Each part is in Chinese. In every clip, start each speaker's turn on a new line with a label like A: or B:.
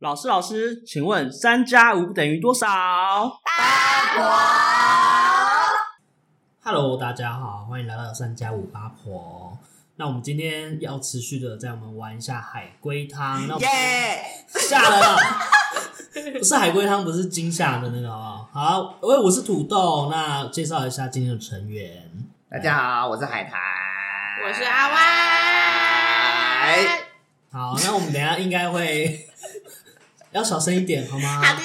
A: 老师，老师，请问三加五等于多少？
B: Hello，大家好，欢迎来到三加五八婆。那我们今天要持续的在我们玩一下海龟汤，那我们
C: 耶！
B: 吓人了，不是海龟汤，不是惊吓的那个哦。好，喂，我是土豆，那介绍一下今天的成员。
C: 大家好，我是海苔，
D: 我是阿
C: 哎
D: 湾。
B: 好，那我们等一下应该会 要小声一点，好吗？
D: 好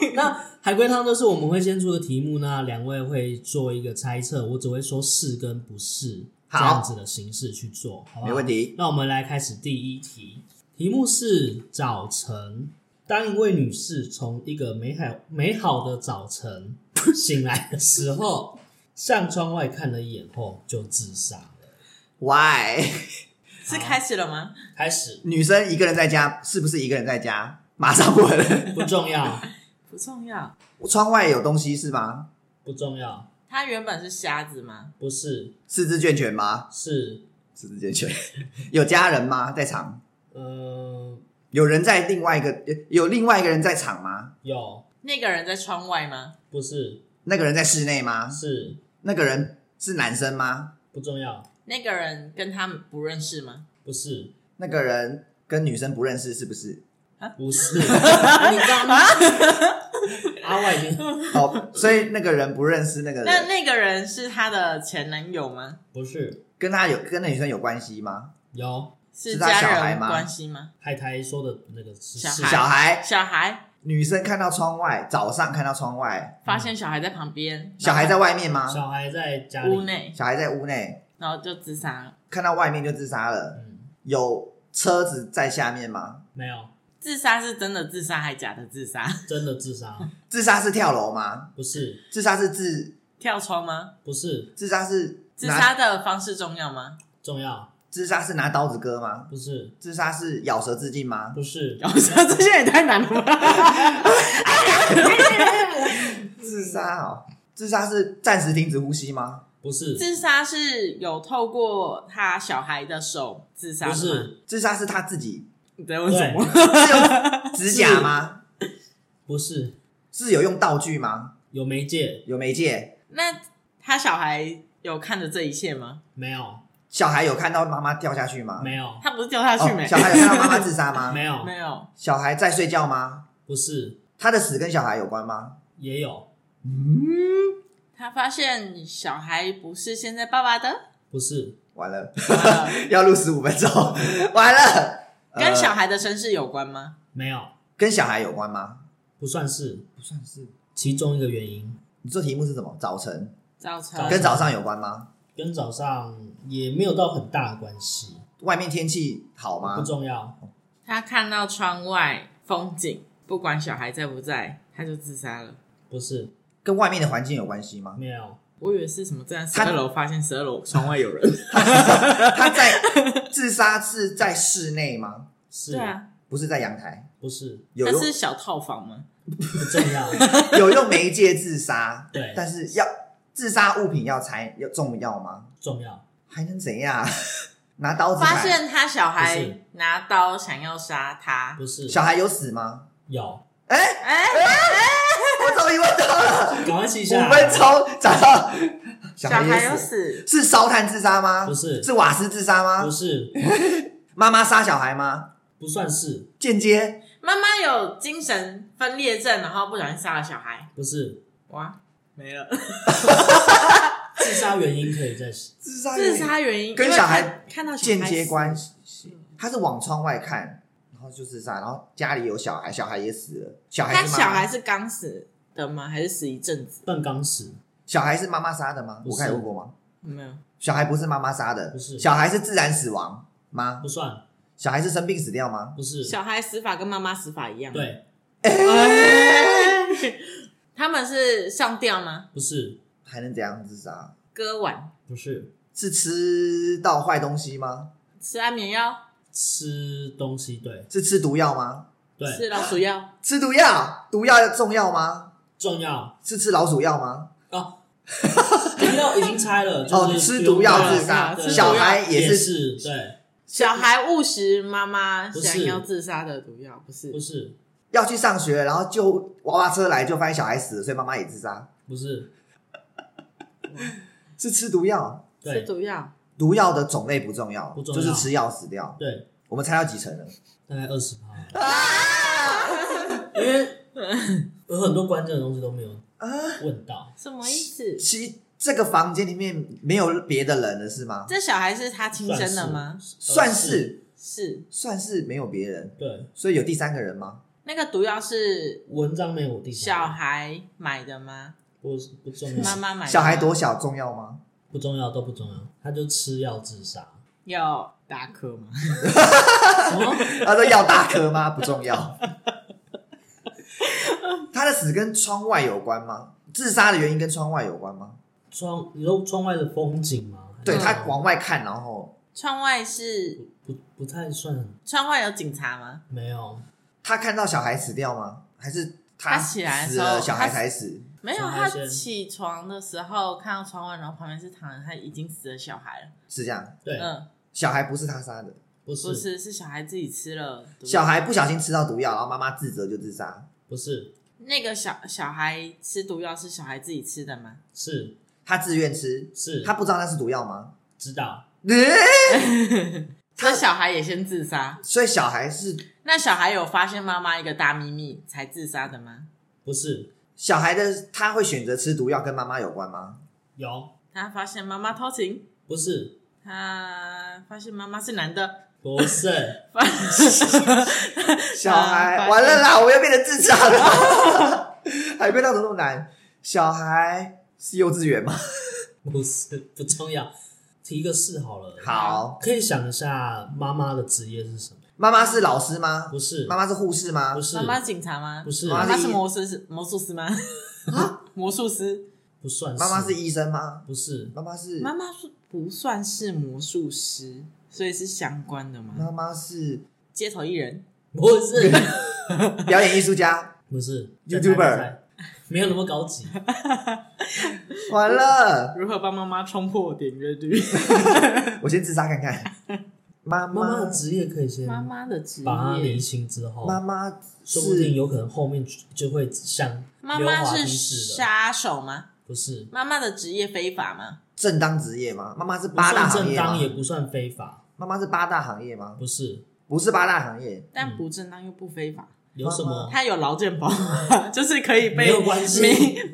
D: 的
B: 那海龟汤就是我们会先出的题目呢，两位会做一个猜测，我只会说是跟不是这
C: 好
B: 样子的形式去做，好不好
C: 没问题。
B: 那我们来开始第一题，题目是早晨。当一位女士从一个美好美好的早晨 醒来的时候，向窗外看了一眼后就自杀了。
C: Why？
D: 是开始了吗？
B: 开始
C: 女生一个人在家，是不是一个人在家？马上问。
B: 不重要，
D: 不重要。
C: 窗外有东西是吗？
B: 不重要，
D: 他原本是瞎子吗？
B: 不是
C: 四肢健全吗？
B: 是
C: 四肢健全。有家人吗？在场？
B: 呃
C: 有人在另外一个有另外一个人在场吗？
B: 有
D: 那个人在窗外吗？
B: 不是
C: 那个人在室内吗？
B: 是
C: 那个人是男生吗？
B: 不重要，
D: 那个人跟他们不认识吗？
B: 不是
C: 那个人跟女生不认识是不是？
B: 不是， 你知道吗？阿外已经
C: 哦，所以那个人不认识那个
D: 那
C: 人，
D: 那个人是他的前男友吗？
B: 不是
C: 跟他有跟那女生有关系吗？
B: 有
D: 是
C: 他
D: 家
C: 小孩
D: 人
C: 吗
D: 关系吗？
B: 海苔说的那个是
D: 小
B: 是
D: 孩
C: 小孩，
D: 小孩
C: 女生看到窗外，早上看到窗外，
D: 发现小孩在旁边，
C: 小孩在外面吗？
B: 小孩在家
D: 然
B: 里
D: 后屋，内，
C: 小孩在屋内，
D: 然后就自杀了。
C: 看到外面就自杀了。
B: 嗯，
C: 有车子在下面吗？
B: 没有
D: 自杀是真的自杀还假的自杀？
B: 真的自杀，
C: 自杀是跳楼吗？
B: 不是
C: 自杀是自
D: 跳窗吗？
B: 不是
C: 自杀是
D: 自
C: 拿
D: 杀的方式重要吗？
B: 重要，
C: 自杀是拿刀子割吗？
B: 不是
C: 自杀是咬舌自尽吗？
B: 不是
D: 我说这些也太难了 吧？嗯
C: 自杀哦，自杀是暂时停止呼吸吗？
B: 不是
D: 自杀是有透过他小孩的手自杀的
B: 不
D: 吗？
B: 是
C: 自杀是他自己
D: 你在问什
B: 对
D: 么？
C: 是用指甲吗？
B: 不是
C: 是有用道具吗？
B: 有媒介
C: 有媒介？
D: 那他小孩有看着这一切吗？
B: 没有
C: 小孩有看到妈妈掉下去吗？
B: 没有
D: 他不是掉下去没？
C: 哦，小孩有看到妈妈自杀吗？
B: 没有
D: 没有，
C: 小孩在睡觉吗？
B: 不是
C: 他的死跟小孩有关吗？
B: 也有
D: 他发现小孩不是现在爸爸的，
B: 不是
C: 完了，
D: 呃
C: 要录十五分钟， 完了。
D: 跟小
C: 呃、
D: 孩的身世有关吗？
B: 没有
C: 跟小孩有关吗？
B: 不算是
C: 不算是。
B: 其中一个原因，
C: 你做题目是什么？早晨
D: 造成
B: 早晨
C: 跟早上有关吗？
B: 跟早上也没有到很大的关系，
C: 外面天气好
B: 不
C: 吗？
B: 重要。
D: 他看到窗外风景，不管小孩在不在，他就自杀了。
B: 不是，
C: 跟外面的环境有关系吗？
B: 没有，
D: 我以为是什么站十
C: 他
D: 二楼，发现十二楼窗外有人。
C: 他 在自杀是在室内吗？
B: 是，
D: 对啊，
C: 不是在阳台，
B: 不是
C: 有
D: 他
C: 用
D: 是小套房吗？
B: 不重要，
C: 有用媒介自杀，
B: 对
C: 但是要自杀物品要拆要重要吗？
B: 重要，
C: 还能怎样？拿刀子砍
D: 发现他小
B: 不
D: 孩
B: 是
D: 拿刀想要杀他，
B: 不是
C: 小孩有死吗？
B: 有，
D: 哎、
C: 我怎么一问到了？
B: 赶快记一下，
C: 五分钟找到小
D: 小孩
C: 孩
D: 有
C: 有死，
D: 死，
C: 是烧炭自杀吗？
B: 不是
C: 是瓦斯自杀吗
B: 不？是，
C: 妈妈杀小孩吗？
B: 不算是，
C: 间接
D: 妈妈有精神分裂症，然后不小心杀了小孩，
B: 不是
D: 哇，没了。
B: 自杀原因可以再
C: 自杀
D: 自杀原因
C: 跟
D: 因为
C: 小孩
D: 看看到小
C: 间接
D: 死
C: 关系，他是往窗外看，然后就自杀，然后家里有小孩，小孩也死了，小孩
D: 他
C: 是妈妈
D: 小孩是刚死的吗？还是死一阵子？
B: 断刚死，
C: 小孩是妈妈杀的吗？
B: 不
C: 我
B: 是
C: 看有问过吗？
D: 没有，
C: 小孩不是妈妈杀的，
B: 不是
C: 小孩是自然死亡吗
B: 不？算，
C: 小孩是生病死掉吗？
B: 不是，
D: 小孩死法跟妈妈死法一样。
B: 对，
D: 哎， 他们是上吊吗？
B: 不是，
C: 还能怎样自杀？
D: 割腕、
B: 不是
C: 是吃到坏东西吗？
D: 吃安眠药、
B: 吃东西，对
C: 是吃毒药吗？
B: 对，
D: 吃老鼠药，
C: 吃毒药，毒药重要吗？
B: 重要
C: 是吃老鼠药吗？
B: 哦。你都已经猜了，就
C: 哦，
B: 是
C: 吃毒药自杀，
D: 对对对
C: 啊小孩
B: 也
C: 也是
B: 是对，
D: 小孩误食妈妈
B: 不是
D: 想要自杀的毒药，不是
B: 不？是
C: 要去上学，然后救娃娃车来，就发现小孩死了，所以妈妈也自杀，
B: 不是，
C: 是吃毒药。
D: 吃
B: 对
D: 毒药，
C: 毒药的种类不重要，
B: 不重要
C: 就是吃药死掉。
B: 对，
C: 我们猜到几成了？
B: 大概二十趴，啊因为有很多关键的东西都没有
C: 啊，
B: 问到，
D: 什么意思？
C: 其这个房间里面没有别的人了，是吗？
D: 这小孩是他亲生的
B: 呃
D: 吗？
C: 算
B: 是
C: 是
D: 是，
C: 算是没有别人，
B: 对，
C: 所以有第三个人吗？
D: 那个毒药是
B: 文章没有我第三
D: 小孩买的吗？
B: 不不重
D: 妈
B: 要，
D: 妈买的吗？
C: 小孩多小重要吗？
B: 不重要都不重要，他就吃药自杀。
D: 有大颗吗？
B: 什么？
C: 他说药啊大颗吗？ 不重 要。他的死跟窗外有关吗？自杀的原因跟窗外有关吗？
B: 窗，你说窗外的风景吗？
C: 对
D: 嗯
C: 他往外看，然后
D: 窗外是
B: 不不太算很
D: 窗外有警察吗？
B: 没有，
C: 他看到小孩死掉吗？还是
D: 他
C: 死
D: 起来的时候
C: 了，小孩
D: 他
C: 才死？
D: 没有，
B: 小
D: 他
B: 孩先
D: 起床的时候看到窗外，然后旁边是躺着他已经死的小孩了。
C: 是这样，
B: 对，
D: 嗯，
C: 小孩不是他杀的，
B: 不
D: 不
B: 是
D: 是，是小孩自己吃了毒
C: 小孩不小心吃到毒药，然后妈妈自责就自杀。
B: 不是
D: 那个小小孩吃毒药是小孩自己吃的吗？
B: 是
C: 他自愿吃，
B: 是，
C: 他不知道那是毒药吗？
B: 知道
D: 嗯那小孩也先自杀？
C: 所以小孩是
D: 那小孩有发现妈妈一个大秘密才自杀的吗？
B: 不是
C: 小孩的，他会选择吃毒药，跟妈妈有关吗？
B: 有
D: 他发现妈妈偷情，
B: 不是
D: 他发现妈妈是男的，
B: 不是
D: 发
C: 小孩、
D: 啊
C: 完了啦，我又变成智障了，海龟到底那么难？小孩是幼稚园吗？
B: 不是不重要，提一个事好了。
C: 好，
B: 可以想一下妈妈的职业是什么？
C: 妈妈是老师吗？
B: 不是，
C: 妈妈是护士吗
B: 不？是
D: 妈妈是警察吗
B: 不？是啊
C: 妈
D: 妈
C: 妈
D: 妈是魔术师，魔术师吗？ 魔术师，
B: 不算
C: 妈妈是医生吗？
B: 不是
C: 妈妈是
D: 妈妈是不算是魔术师，所以是相关的吗？
C: 妈妈是
D: 街头艺人，
B: 不是
C: 表演艺术家。
B: 不是
C: YouTuber
B: 再猜再猜没有那么 高级，
C: 完了，
D: 如何帮妈妈冲破点阅 率？
C: 我先自杀看看。妈
B: 妈妈
C: 妈
B: 的职业可以先
D: 妈妈的职
B: 把它厘
D: 业，
B: 清之后，
C: 妈妈
B: 说不定
C: 是
B: 有可能后面就会像
D: 妈
B: 溜
D: 妈
B: 滑
D: 是
B: 梯似的，
D: 杀手吗？
B: 不是
D: 妈妈的职业非法吗？
C: 正当职业吗？妈妈是
B: 不
C: 八大行
B: 算正
C: 业
B: 当，也
C: 吗？
B: 不算非法，
C: 妈妈是八大行业吗？
B: 不是
C: 不是八大行业，
B: 嗯
D: 但不正当又不非法，
B: 有什么
D: 他有劳健保， 就是可以
B: 没
D: 被
B: 有关系，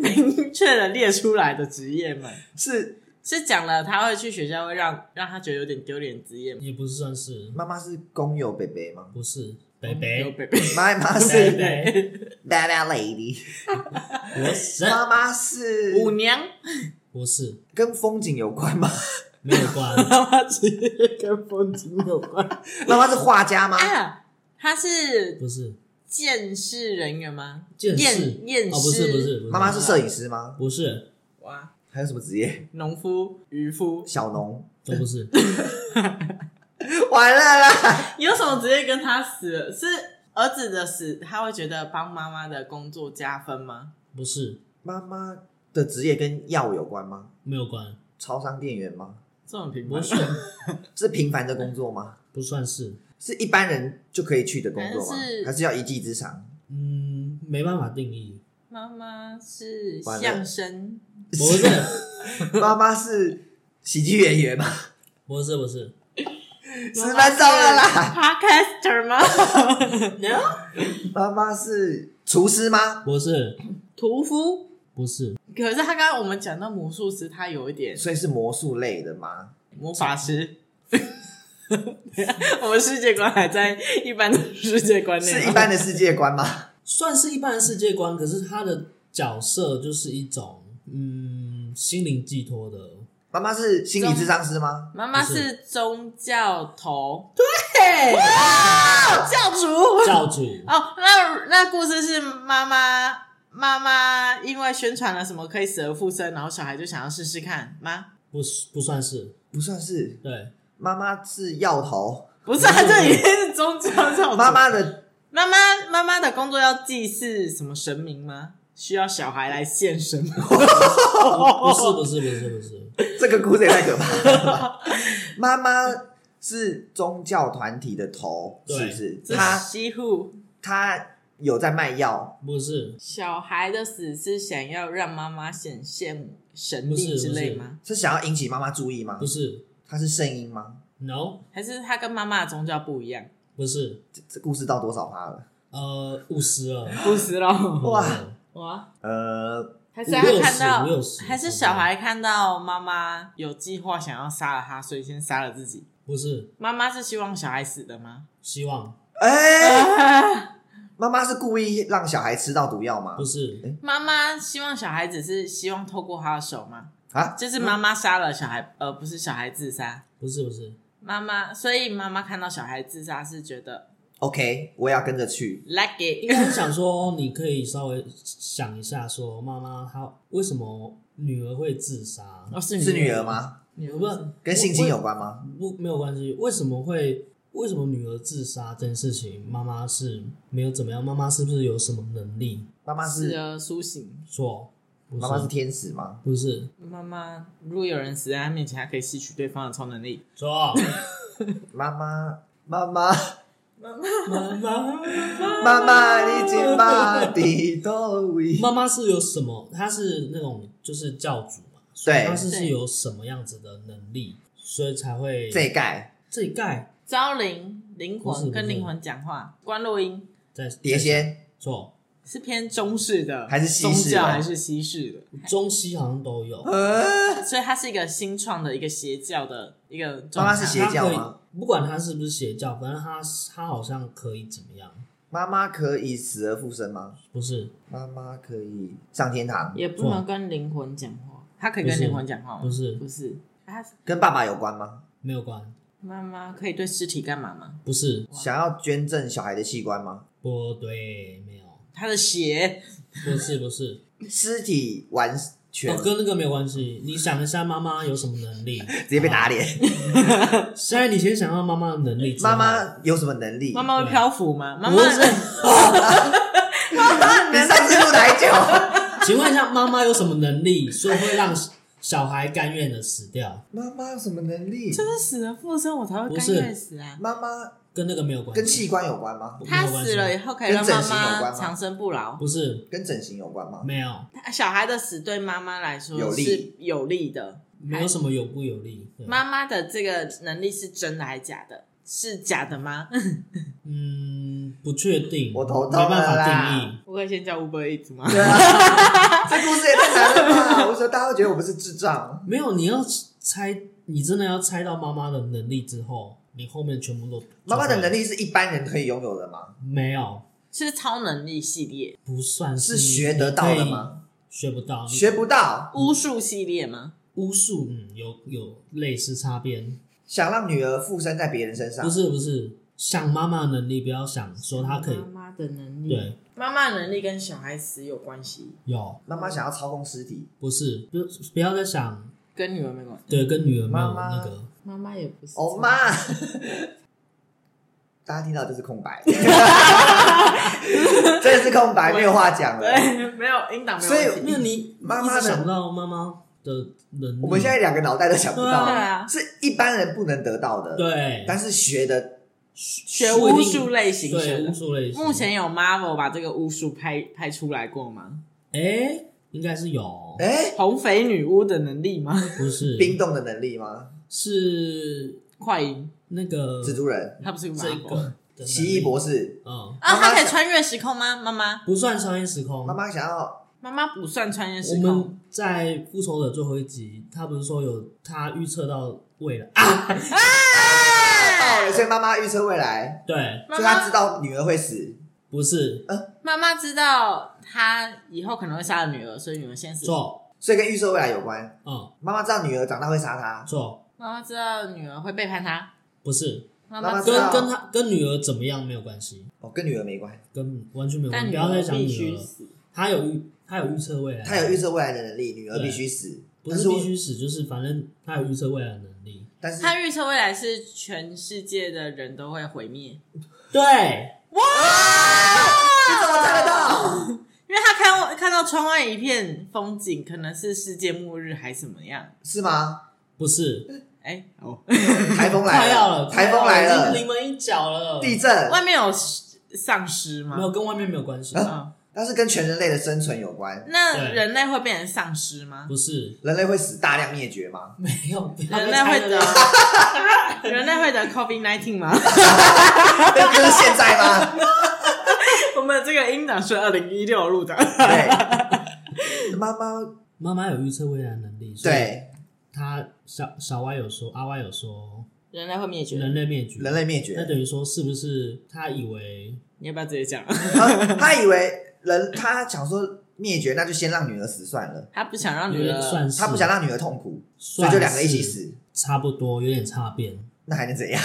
D: 明明确的列出来的职业们。
C: 是
D: 是讲了他会去学校，会让让他觉得有点丢脸职业吗？
B: 也不算是，
C: 妈妈是工友北北 吗？
B: 不是北
D: 有
B: 北
D: 北北
C: 妈妈
B: 北
C: 是
B: 北，
C: bad bad lady，
B: 我是
C: 妈妈是
D: 舞娘，
B: 不是
C: 跟风景有关吗？
B: 没有 关，
D: 妈妈职业跟风景有关
C: 妈妈是画家
B: 哎
C: 吗？
D: 啊？他是
B: 不是
D: 见识人员吗？
B: 见识
D: 验验
B: 哦，不是
D: 尸
B: 不是，不
C: 妈妈是摄影师吗？
B: 不是
D: 哇，
C: 还有什么职业？
D: 农夫、渔夫，
C: 小农。
B: 都 不是，
C: 完了啦！
D: 有什么职业跟他死了是儿子的死，他会觉得帮妈妈的工作加分吗？
B: 不是
C: 妈妈的职业跟药有关吗？
B: 没有关，
C: 超商店员吗？
D: 这种评
B: 不
D: 论
B: 是
C: 是平凡的工作吗？
B: 不算是，
C: 是一般人就可以去的工作吗
D: 还？是
C: 还是要一技之长？
B: 嗯，没办法 定义，
D: 妈妈是
C: 完了
D: 相声，
B: 不 是
C: 妈妈是喜剧演员吗？
B: 不是不是
C: 十分钟了啦！
D: ，podcaster 吗？
B: ，no，
C: 妈妈是厨师吗？
B: 不是
D: 屠夫。
B: 不是
D: 可是他刚刚我们讲到魔术师，他有一点
C: 所以是魔术类的吗？
D: 魔法师。 我们世界观还在一般的世界观内吗，
C: 是一般的世界观吗？
B: 算是一般的世界观，可是他的角色就是一种嗯心灵寄托的，
C: 妈妈是心理智商师吗？
D: 妈妈
B: 不是
D: 是宗教头，
B: 嘿，
D: 教主。
B: 教主
D: 哦，那那故事是妈妈妈妈因为宣传了什么可以死而复生，然后小孩就想要试试看吗？
B: 不是不算是
C: 不算是，
B: 对，
C: 妈妈是药头，
D: 不是、啊，这里面是宗教教主。
C: 妈妈的
D: 妈妈妈妈的工作要祭祀什么神明吗？需要小孩来献神吗？
B: 不是不是不是不是
C: 这个故事也太可怕了吧。妈妈是宗教团体的头，
B: 对
C: 是不是？
D: 这
C: 她
D: 西户
C: 她有在卖药，
B: 不是，
D: 小孩的死是想要让妈妈显现神
B: 不
D: 力
B: 是
D: 之
B: 不是
D: 类吗？
C: 是想要引起妈妈注意吗
B: 不？是
C: 他是圣婴吗？
B: ，no，
D: 还是他跟妈妈的宗教不一样？
B: 不是，
C: 这这故事到多少趴了？
B: 呃，五十了，
D: 不知道
C: 哇
D: 哇，
C: 呃，
D: 还是他看
B: 五
D: 到
B: 六十，
D: 还是小孩看到妈妈有计划想要杀了他，所以先杀了自己。
B: 不是，
D: 妈妈是希望小孩死的吗？
B: 希望
C: 哎、妈妈是故意让小孩吃到毒药吗
B: 不？是，
D: 妈妈希望小孩子是希望透过他的手吗？
C: 啊，
D: 就是妈妈杀了小孩，而、不是小孩自杀。
B: 不是，不是，
D: 妈妈，所以妈妈看到小孩自杀是觉得
C: OK，我也要跟着去。
D: like
B: 应
D: it，
B: 该是想说，哦你可以稍微想一下，说妈妈她为什么女儿会自杀？
D: 哦，是
C: 是女儿？吗？
D: 女儿
B: 不是
C: 跟性侵有关吗？
B: 不没有关系，为什么会为什么女儿自杀这件事情，妈妈是没有怎么样？妈妈是不是有什么能力
C: 妈妈
D: 死
C: 是
D: 而苏醒。
B: 错？不
C: 妈妈是天使吗？
B: 不是
D: 妈妈，如果有人死在她面前，她可以吸取对方的超能力。
B: 错？
C: 妈妈，妈妈，
B: 妈妈
C: 妈妈，你今把地都位？
B: 妈妈是有什么？她是那种就是教主嘛，所以
C: 对
B: 她是是
D: 对
B: 有什么样子的能力，所以才会
C: 这一盖
B: 这一盖
D: 招灵灵
B: 不是
D: 魂
B: 不
D: 跟
B: 是
D: 灵魂讲话，关洛音
B: 在
C: 碟仙
B: 错
D: 是偏中式的，
C: 还是西式
D: 宗
C: 的
D: 教还是西式的？
B: 中西好像都有。
C: 呃，
D: 所以它是一个新创的一个邪教的一个
C: 妈
D: 状态。
C: 妈是邪
B: 她
C: 教
B: 可以
C: 吗
B: 不管她是不是邪教，反正她她好像可以怎么样？
C: 妈妈可以死而复生吗？
B: 不是
C: 妈妈可以上天堂，
D: 也不能跟灵魂讲话，他可以
B: 不
D: 跟
B: 是
D: 灵魂讲话吗？
B: 不是
D: 不是，他
C: 跟爸爸有关吗？
B: 没有关，
D: 妈妈可以对尸体干嘛吗？
B: 不是
C: 想要捐赠小孩的器官吗？
B: 不对，没有。
D: 他的血，
B: 不是不 是，
C: 尸体完全
B: 哦，跟那个没有关系。你想一下，妈妈有什么能力？
C: 直接被打脸。
B: 现在你先想到妈妈的能力之后，
C: 妈妈有什么能力？
D: 妈妈会漂浮吗？妈妈
B: 不是？
C: 你上次录哪一久？
B: 请问一下，妈妈有什么能力，所以会让小孩甘愿的死掉？
C: 妈妈有什么能力？
D: 就是死了附身，我才会
B: 不
D: 甘
B: 是
D: 愿死啊。
C: 妈妈
B: 跟那个没有关系，
C: 跟器官有关吗？
D: 他死了以后可以
C: 跟
D: 让
C: 整
D: 妈
C: 形有
D: 妈
C: 关吗
D: 长生不老。
B: 不是
C: 跟整形有关吗？
B: 没有，
D: 他 小孩的死对妈妈来说
C: 有利
D: 是有利的。
B: 没有什么有不有利。对
D: 妈妈的这个能力是真的还是假的？是假的吗？
B: 嗯，不确定，
C: 我头痛
B: 没办
C: 了
B: 法
C: 啦
B: 定义。
D: 我可以先叫 Uber Eats 吗？
C: 对啊，这故事也太难了 吧！我说大家会觉得我们是智障。
B: 没有，你要猜，你真的要猜到妈妈的能力之后，你后面全部都
C: 妈妈的能
B: 力
C: 力是一般人可以拥有的吗？
B: 没有，
D: 是超能力系列、
B: 不算
C: 是
B: 你
C: 学得到的？吗？
B: 你可以学不到，你
C: 学不到，
D: 巫术系列吗？
B: 巫术，嗯，有有类似擦边，
C: 想让女儿附身在别人身上
B: 不，是不是，想妈妈的能力，不要想说她可以
C: 嗯
D: 妈，妈的能力，
B: 对，
D: 妈妈的能力跟小孩死有关系，
B: 有
C: 妈妈想要操控尸体，
B: 不是，不不要再想，
D: 跟女儿没关系。
B: 对，跟女儿没有
C: 妈妈
B: 那个，
D: 妈妈也不是。
C: 哦妈！ 大家听到就是空 白，真的是空白，没有话讲了。
D: 对， 没有应当没有
C: 所以
D: 问题
B: 没有你
C: 妈妈的
B: 一直想到妈妈的能力，
C: 我们现在两个脑袋都想不
B: 对
D: 对
C: 到，
D: 啊，
C: 是一般人不能得到的。，
B: 对
C: 但是学的
D: 学
B: 不一
D: 巫
B: 定
D: 术类型学
B: 对
D: 的
B: 巫。术类型，
D: 目前有 Marvel 把这个巫术拍拍出来过吗？
B: 哎，应该是有，
C: 哎，
D: 红肥女巫的能力吗？
B: 不是
C: 冰冻的能力吗？
B: 是
D: 快银，
B: 那个
C: 蜘蛛人、
D: 她不是
B: 这
D: Marvel
B: 个的能力
C: 奇异博，士，
B: 嗯，
D: 啊？
C: 妈妈
D: 她可以穿越时空吗？妈妈，
B: 不算商业时空，
C: 妈妈想要
D: 妈妈不算穿越
B: 我
D: 时空，
B: 们在复仇者最后一集，他不是说有他预测到未来 啊？
C: 到了，所以妈妈预测未来，
B: 对，
D: 哎妈
C: 所以她知
D: 妈
C: 道女儿会死。
B: 不是
D: 妈妈知道她以后可能会杀了女儿，所以女儿先死。
B: 错，
C: 所以跟预测未来有关。
B: 嗯，
C: 妈妈知道女儿长大会杀她，
B: 错，
D: 妈妈知道女儿会背叛她，
B: 不是
D: 妈
C: 妈
D: 妈
C: 妈
D: 知
B: 跟
C: 知道
D: 道，
B: 跟他跟女儿怎么样没有关系，
C: 哦，跟女儿没关。
B: 跟完全没有关
D: 但
B: 系。不
D: 女
B: 要再
D: 儿
B: 讲
D: 必
B: 女
D: 须
B: 儿，
D: 死。
B: 他有预他有预测未来，
C: 她有预，测未来的能力，女儿必须死。
B: 哎不
C: 但
B: 是
C: 我
B: 必，须死，就是反正他有预测未来的能力。
C: 但是
D: 他预测未来是全世界的人都会毁灭，
B: 对，
C: 你怎么猜得到？
D: 因为他看我看到窗外一片风景，可能是世界末日还怎么样？
C: 是 吗？
B: 不是
D: 哎、哦，
C: 台风来
B: 快要了，
C: 台风
B: 快
C: 来
B: 要已经
C: 了，
B: 临门一脚了，
C: 地震，
D: 外面有丧尸吗
B: 没？有跟外面没有关系，
C: 啊
D: 嗯，
C: 但是跟全人类的生存有关。
D: 那
B: 对
D: 人类会变成丧尸吗？
B: 不是
C: 人类会死大量灭绝吗？
B: 没有，不要
D: 人
B: 再
D: 类
B: 猜
D: 会
B: 了
D: 得 人类会得 COVID nineteen 吗？
C: 那就是现在 吗？
D: 我们这个音档是二零一六录的，
C: 对，妈妈
B: 妈妈有预测未来能力，所以
C: 对
B: 他小小 Y 有说，阿 Y 有说
D: 人类会灭绝。
B: 人类灭绝，
C: 人类灭
B: 那
C: 绝，
B: 等于说是不是他以为
D: 你要不要直接讲？
C: 啊他以为人他想说灭绝，那就先让女儿死算了，
D: 他不想让
B: 有
D: 女
B: 点
D: 儿
B: 算是
C: 他不想让女儿痛苦，所
B: 算
C: 以
B: 是
C: 就两个一起，死，
B: 差不多有点差别，
C: 那还能怎样？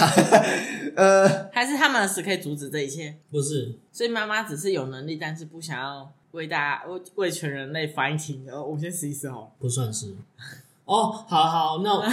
C: 呃，
D: 还是他们的死可以阻止这一切。
B: 不是
D: 所以妈妈只是有能力，但是不想要为大家为为全人类 fighting。然后我们先死一死好
B: 不算是。哦，好好，那 我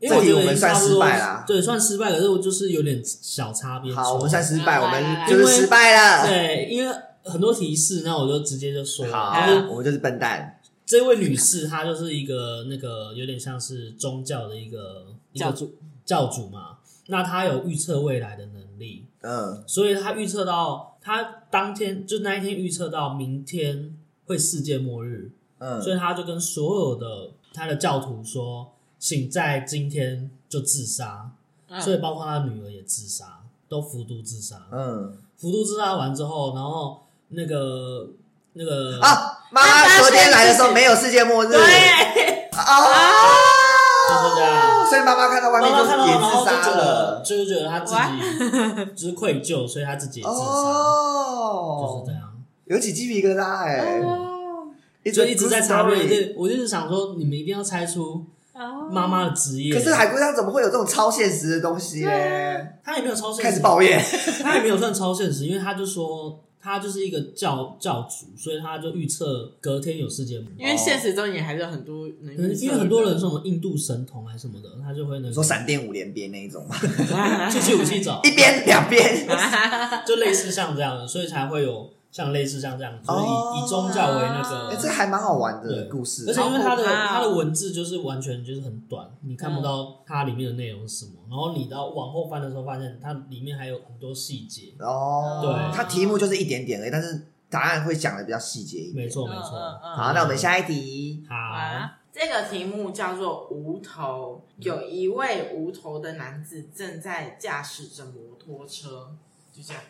B: 因为
C: 这
B: 我
C: 题
B: 觉
C: 我
B: 得
C: 们算
B: 差不多
C: 失败啦
B: 对，算失败，可是我就是有点小差别。
C: 好，我们算失败，我
D: 来来
C: 们
D: 来
C: 就是失败了。
B: 对，因为很多提示，那我就直接就说了。
C: 好
B: 就是，
C: 我们就是笨蛋。
B: 这位女士，她就是一个那个有点像是宗教的一个
D: 教主，
B: 教主嘛。那她有预测未来的能力，
C: 嗯，
B: 所以她预测到她当天就那一天预测到明天会世界末日，所
C: 嗯，
B: 以她就跟所有的她的教徒说，请在今天就自杀。
D: 嗯
B: 所以包括她女儿也自杀，都服毒自杀。
C: 嗯
B: 服毒自杀完之后，然后那个那个
C: 啊，妈妈昨天来的时候没有世界末日，哦
D: 对，啊
B: 就是这样。
C: 所以妈妈看到外
B: 妈
C: 面
B: 妈
C: 哦就
B: 看到，
C: 也
B: 然后
C: 自
B: 就
C: 杀
B: 觉得，
C: 了。
B: 就是觉得他自己就是愧疚，所以他自己也自杀，就是
C: 哦
B: 这，样。
C: 有起鸡皮疙瘩哎，一
B: 哦就一直在查
C: 瑞
B: 论，对我就是想说，你们一定要猜出妈
C: 哦
D: 妈
B: 妈的职业。
C: 可是海龟汤怎么会有这种超现实的东西
D: 啊
C: 呢？
B: 他也没有超现
C: 开
B: 实
C: 始，抱怨，
B: 他也没有算超现实，因为他就说他就是一个教教主，所以他就预测隔天有世界末
D: 因
B: 日。
D: 为现实中也还是有很多能
B: 可能因为很多人说什么印度神童还是什么的，他就会那
C: 说
B: 个
C: 闪电五连鞭那一种嘛，
B: 就去武器 找，
C: 一边两边，
D: 啊
B: 就类似像这样的，所以才会有像类似像这样，就是
C: 哦
B: 以以宗教为那个
C: 哎，这还蛮好玩的
B: 对
C: 故事啊
B: 而。且因为它的
D: 好可怕哦嗯
B: 它的文字就是完全就是很短，你看不到它里面的内容是什么。然后你到往后翻的时候，发现它里面还有很多细节。
C: 哦，
B: 对
C: 它题目就是一点点而已，但是答案会讲的比较细节一点。
B: 没错没错。
D: 好
C: 好，那我们下一题。
B: 好，
D: 嗯啊，这个题目叫做“无头”。有一位无头的男子正在驾驶着摩托车，就这样。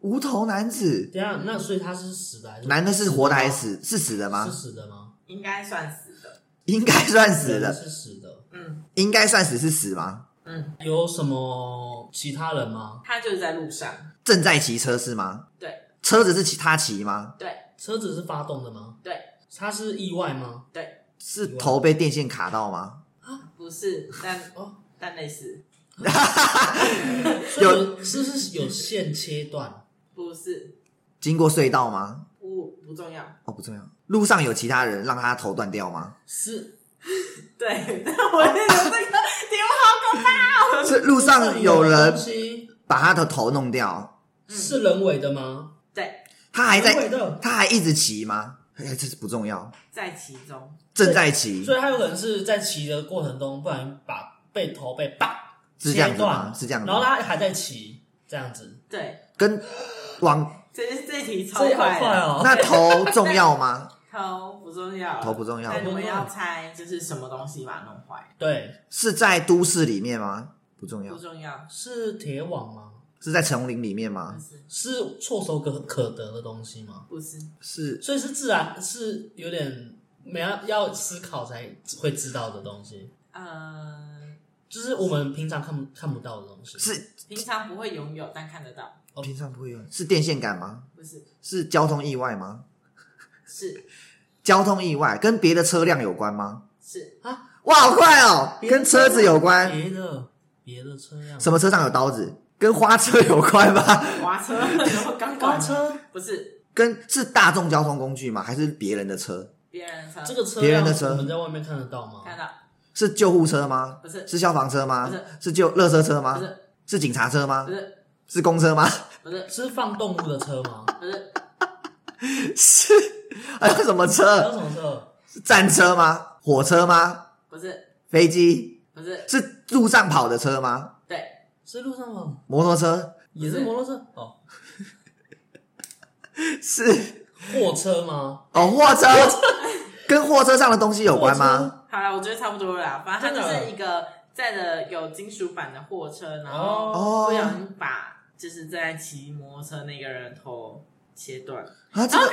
C: 无头男子，
B: 等一下那所以他是死的还是
C: 男的是活的还是死？是死的
B: 是
C: 吗？
B: 死的吗？
D: 应该算死的。
C: 应该算死
B: 人
C: 的，
B: 是死的。
D: 嗯
C: 应该算死是死吗？
D: 嗯，
B: 有什么其他人吗？
D: 他就是在路上。
C: 正在骑车是吗？
D: 对
C: 车子是骑他骑吗？
D: 对
B: 车子是发动的吗？
D: 对
B: 他是意外吗？
D: 对，
C: 是头被电线卡到吗？
D: 不是，但
B: 哦
D: 但类似，
B: 所以有是不是有线切断？
D: 不是，
C: 经过隧道吗？
D: 不不重要。
C: 哦，不重要。路上有其他人让他头断掉吗？
B: 是
D: 对，但我就觉得这个题目好可怕。
C: 是路上有人
B: 东西
C: 把他的头弄掉，
D: 嗯
B: 是人为的吗？
D: 对，
C: 他还
B: 人为
C: 在，
B: 的，
C: 他还一直骑吗？哎，这是不重要，
D: 在其中。
C: 正在骑
B: 所以他有可能是在骑的过程中，不然把被头被叭
C: 是这样
B: 切
C: 子吗？
B: 断，
C: 是这样子
B: 然后
C: 吗，
B: 他还在骑这样子，
D: 对，
C: 跟往
D: 这这题超
B: 所以好
D: 快
B: 快
D: 的。
B: 哦！
C: 那头重要 吗？
D: 头不重要，
C: 头不重要
D: 但你们要猜就是什么东西把它弄坏，
B: 对，
C: 是在都市里面吗？不重要
D: 不，重要，
B: 是铁网吗？
C: 是在丛林里面
D: 不
C: 吗？
D: 是
B: 是唾手可可得的东西吗？
D: 不是
C: 是
B: 所以是自然是有点没要要思考才会知道的东西，
D: 呃，
B: 就是我们平常看不看不到的东西。
C: 是
D: 平常不会拥有但看得到，
C: 平常不会有，是电线杆吗？
D: 不是
C: 是交通意外吗？
D: 是
C: 交通意外跟别的车辆有关吗？
D: 是
C: 哇，好快哦！跟车子有关，
B: 别的别的车辆
C: 什么车上有刀子？跟花车有关吗？
D: 滑车，然后钢
B: 花
D: 管
B: 车？
D: 不是
C: 跟是大众交通工具吗？还是别人的车？
D: 别人的车，
B: 这个车
C: 别人
B: 辆
C: 的车
B: 我们在外面看得到吗？
D: 看到
C: 是救护车吗？
D: 不是
C: 是消防车吗
D: 不是？
C: 是救垃圾车
D: 不
C: 吗？
D: 是
C: 是警察车吗
D: 不？是
C: 是公车吗？
D: 不是
B: 是放动物的车吗？
D: 不是
C: 是还有什么
B: 还
C: 车？
B: 有什么车？
C: 是战车吗？火车吗？
D: 不是
C: 飞机？
D: 不是
C: 是路上跑的车吗？
D: 对
B: 是路上吗？
C: 摩托车？
B: 也是摩托车哦，
C: 是
B: 货车吗？
C: 哦，货 车跟货车上的东西有关吗？
D: 好了，我觉得差不多了啦，反正它就是一个载着有金属板的货车，然后
C: 哦
D: 不小心把就是在骑摩托车那个人头切断。
C: 啊，这个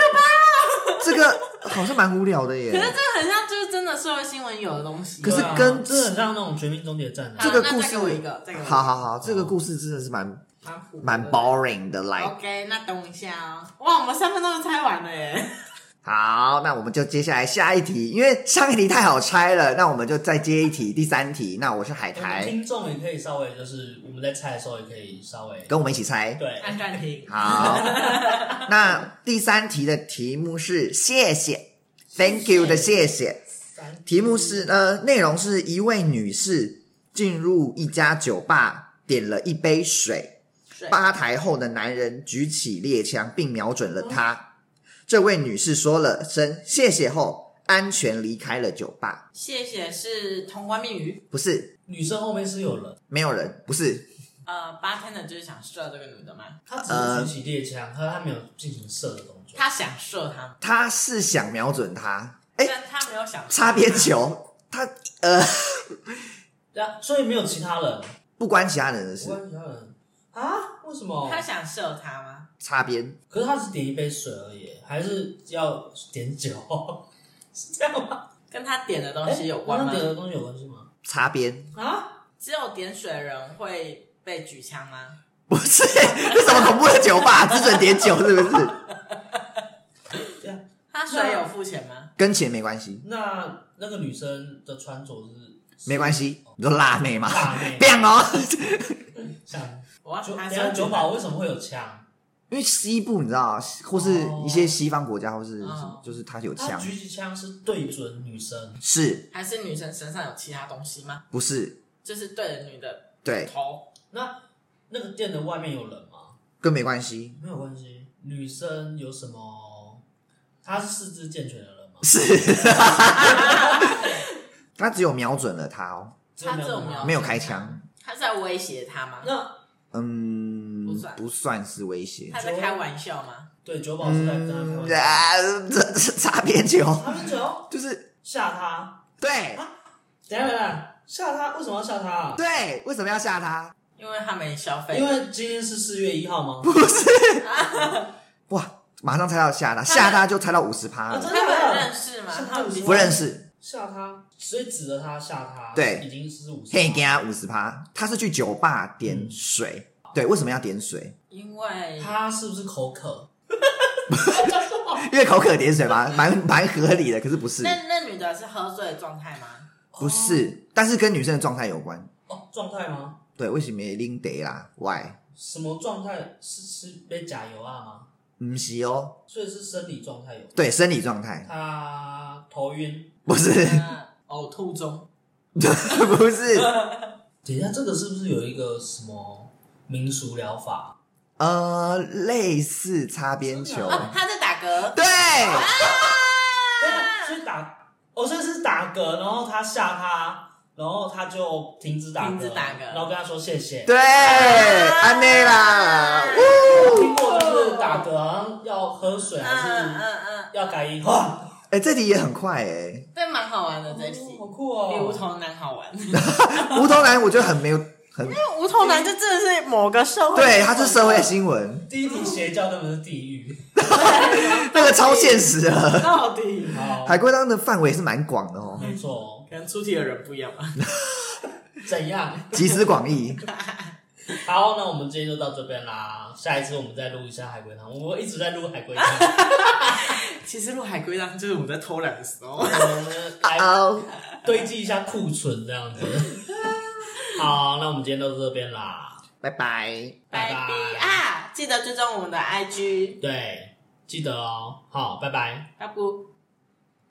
C: 这个好像蛮无聊的
D: 可是
C: 耶。
D: 这很像就是真的社会新闻有的东西。
C: 可是
B: 对啊
C: 跟
B: 这很像那种《绝命终结战》啊。
C: 这个
D: 好
C: 故
D: 那再给我
C: 事
D: 一个再给我一个
C: 好好好，这个故事真的是蛮
D: 蛮符合的
C: 蛮。boring 的来。
D: OK，那等我一下哦。哇，我们三分钟就猜完了耶！
C: 好，那我们就接下来下一题，因为上一题太好猜了，那我们就再接一题，第三题。那我是海
B: 我们
D: 嗯
C: 苔，
B: 听众也可以稍微就是我们在猜的时候也可以稍微
C: 跟我们一起猜。
B: 对
D: 按暂停。
C: 好，那第三题的题目是谢谢，Thank you 的谢谢。
B: 三
C: 题目是呃，内容是一位女士进入一家酒吧，点了一杯水，
D: 水
C: 吧台后的男人举起猎枪并瞄准了她。这位女士说了声谢谢后，安全离开了酒吧。
D: 谢谢是通关密语。
C: 不是，
B: 女生后面是有人，
C: 没有人，不是，
D: 呃，bartender 就是想射这个女的吗？
B: 她只是举起猎枪，她她没有进行射的动作。
D: 他想射她，
C: 她是想瞄准她，哎、
D: 但他没有想射
C: 擦边球，她呃
B: 对啊，所以没有其他人，
C: 不关其他人的
B: 不
C: 事，
B: 关其他人啊？为什么
D: 她。？他想射她吗？
C: 擦边。
B: 可是她只点一杯水而已，还是要点酒？ 是这样吗？
D: 跟他点的东
B: 哎
D: 西有关吗
B: 跟她？点的东西有关系吗？
C: 擦边，
B: 啊？
D: 只有点水的人会被举枪吗？
C: 不是这什么恐怖的酒吧？只准点酒是不是？
B: 这样，
D: 他水有付钱吗？
C: 跟钱没关系，
B: 那那个女生的穿着是
C: 没关系。你说辣妹吗？
B: 大妹，
C: 变哦，
B: 像
D: 我要
B: 酒，
D: 他
B: 等一下
D: 说
B: 酒保为什么会有枪？
C: 因为西部你知道，或是一些西方国家，或是
D: 哦
C: 就是它有
B: 他
C: 枪，
B: 举起枪是对准女生，
C: 是
D: 还是女生身上有其他东西吗？
C: 不是？
D: 就是对着女的
C: 对，
D: 头，
B: 那那个店的外面有人吗？
C: 跟没关系，
B: 没有关系。女生有什么？她是四肢健全的人吗？
C: 是。他只有瞄准了他哦，
D: 她这种
B: 吗
C: 没有开枪。
D: 他在威胁她吗？
B: 那
C: 嗯
D: 不算，
C: 不算是威胁
D: 他。在开玩笑吗？
B: 对酒保是在跟她开
C: 嗯
B: 玩，笑。
C: 啊，这这擦边球，
B: 他们酒
C: 就是
B: 吓她，
C: 对
B: 等一下等一下吓她，为什么要吓她啊？
C: 对，为什么要吓他？
D: 因为他没消费，
B: 因为今天是四月一 号吗？
C: 哇，马上猜到吓他，吓他就猜到五十趴
B: 啊
C: 了，
B: 真
D: 他
B: 的
D: 们
B: 啊
D: 认识吗
B: 是？他
D: 他们
B: 们
D: 彼此
C: 不认识，
B: 吓她，所以指着她吓她，
C: 对
B: 已经是五十。
C: 嘿，给他五十趴，他是去酒吧点水，对，为什么要点水？
D: 因为
B: 她是不是口渴？
C: 因为口渴点水 嘛，蛮蛮合理的，可是不是，
D: 那那女的是喝醉的状态吗？
C: 不是，但是跟女生的状态有关，
B: 哦，状态吗？
C: 对，为什么拎得啦？Why？
B: 什么状态？是是被假油啊吗？
C: 唔是哦，
B: 所以是生理状态有关。
C: 对，生理状态
B: 她头晕，
C: 不是，
D: 那呕哦吐中，
C: 不是，
B: 等一下，这个是不是有一个什么民俗疗法？啊
C: 呃，类似擦边
B: 真
C: 球
B: 的，啊
D: 啊，他在打嗝。
C: 对，
B: 对啊，所以打，哦，所以是打嗝，然后他吓他，然后他就停止打嗝，
D: 停止打嗝
B: 然后跟他说谢谢。
C: 对，安内 啦，呜
B: 我听过就是打嗝好像要喝水
D: 嗯
B: 还
D: 嗯
B: 是
D: 嗯
B: 要改饮，哇，
C: 哎、这题也很快哎、
D: 嗯，这蛮好玩的这一题
B: 哦，好酷哦！
D: 比无头男好玩。
C: 无头男我觉得很没有很，
D: 无头男就真的是某个社会，
C: 对，它是社会新闻，
B: 第一题邪教根本是地狱，
C: 那个超现实的。
D: 到底
B: 好，
C: 海龟汤的范围是蛮广的哦，
B: 没错哦，
D: 跟出题的人不一样吧？啊
B: 怎样？
C: 集思广益。
B: 好，那我们今天就到这边啦，下一次我们再录一下海龟汤，我们一直在录海龟汤，
D: 其实录海龟汤就是我们在偷懒的时候。
B: 我们来
C: 好，
B: 堆积一下库存这样子。好，那我们今天到这边啦。
C: 拜拜。
B: 拜拜
D: 拜拜啊！记得追踪我们的 IG，
B: 对，记得哦。好，拜拜。
D: 要不。